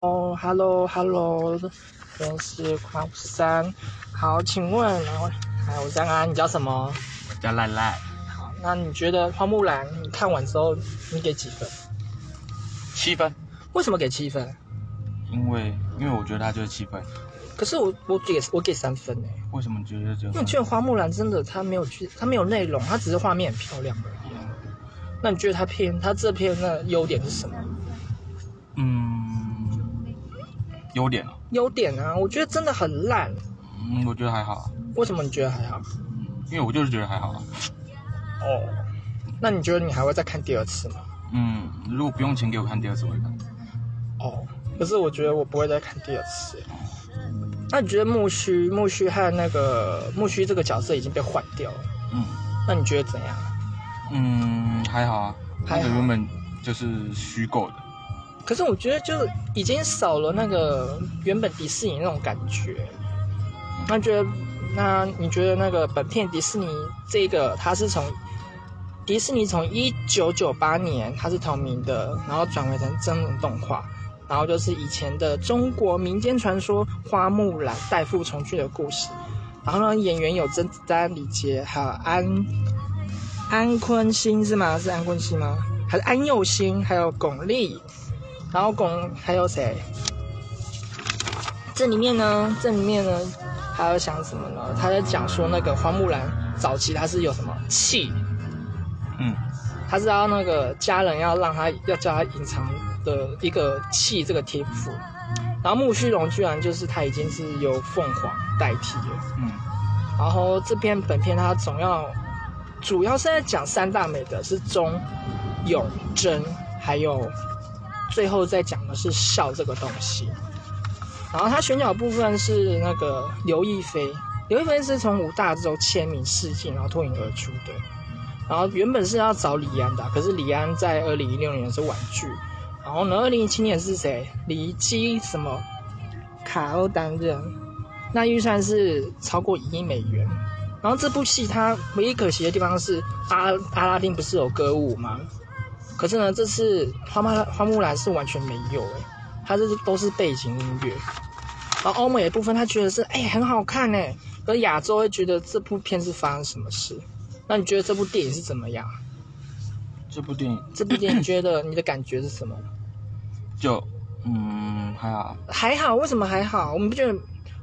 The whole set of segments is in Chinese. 哦，Hello，Hello，真是夸不上。好，请问，我哎，我张安，你叫什么？我叫烂烂，好，那你觉得《花木兰》你看完之后，你给几分？七分，为什么给七分？因为因为我觉得他就是七分。可是我我给我给三分哎、为什么觉得只有因为我分觉得《花木兰》真的它没有剧，它没有内容，它只是画面很漂亮而已。那你觉得它片它这片的优点是什么？嗯，优点啊，优点啊，我觉得真的很烂。嗯，我觉得还好啊，嗯为什么你觉得还好？因为我就是觉得还好啊。哦，那你觉得你还会再看第二次吗？嗯，如果不用钱给我看第二次，我会看。哦，可是我觉得我不会再看第二次。那你觉得木须木须和那个木须这个角色已经被换掉了，嗯那你觉得怎样？嗯，还好啊，还好那个原本就是虚构的。可是我觉得就是已经少了那个原本迪士尼那种感觉。那觉得，那你觉得那个本片迪士尼这个它是从迪士尼从一九九八年它是同名的，然后转为成真人动画，然后就是以前的中国民间传说花木兰代父从军的故事。然后呢，演员有甄子丹、李杰，还有安安坤星是吗？是安坤星吗？还是安宥星？还有巩俐，然后巩还有谁？这里面呢，这里面呢，还有想什么呢？他在讲说那个花木兰早期他是有什么气，嗯他是要那个家人要让他要叫他隐藏的一个气这个贴符，然后木须龙居然就是他已经是由凤凰代替了。嗯然后这篇本片它总要主要是在讲三大美德是忠、勇、贞，还有最后再讲的是孝这个东西。然后它选角部分是那个刘亦菲，刘亦菲是从五大洲签名试镜，然后脱颖而出的。然后原本是要找李安的啊，可是李安在二零一六年是婉拒。然后呢，二零一七年是谁？李基什么卡欧担任，那预算是超过一亿美元。然后这部戏它唯一可惜的地方是阿阿拉丁不是有歌舞吗？可是呢，这次花木兰花木兰是完全没有诶、它这是都是背景音乐。然后欧美的部分，他觉得是哎、很好看哎、而亚洲会觉得这部片是发生什么事？那你觉得这部电影是怎么样？这部电影这部电影觉得你的感觉是什么？就嗯还好啊，还好，为什么还好？我们不觉得？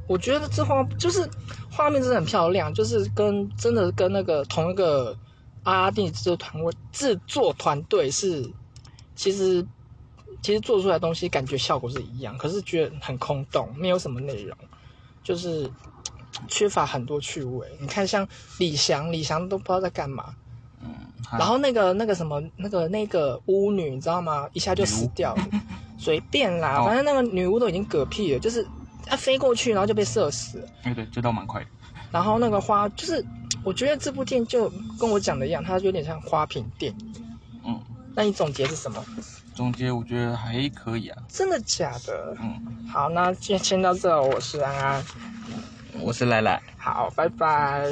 我觉得这画就是画面真的很漂亮，就是跟真的跟那个同一个阿拉丁制作团队制作团队是，其实其实做出来的东西感觉效果是一样，可是觉得很空洞，没有什么内容，就是缺乏很多趣味。你看，像李翔，李翔都不知道在干嘛，嗯还然好后那个那个什么那个那个巫女，你知道吗？一下就死掉了，随便啦，哦反正那个女巫都已经嗝屁了，就是她飞过去，然后就被射死了。哎对，这倒蛮快的。然后那个花，就是我觉得这部电影就跟我讲的一样，它有点像花瓶电影。嗯，那你总结是什么？总结我觉得还可以啊。真的假的？嗯，好，那先先到这，我是安安，我是赖赖。好，拜拜。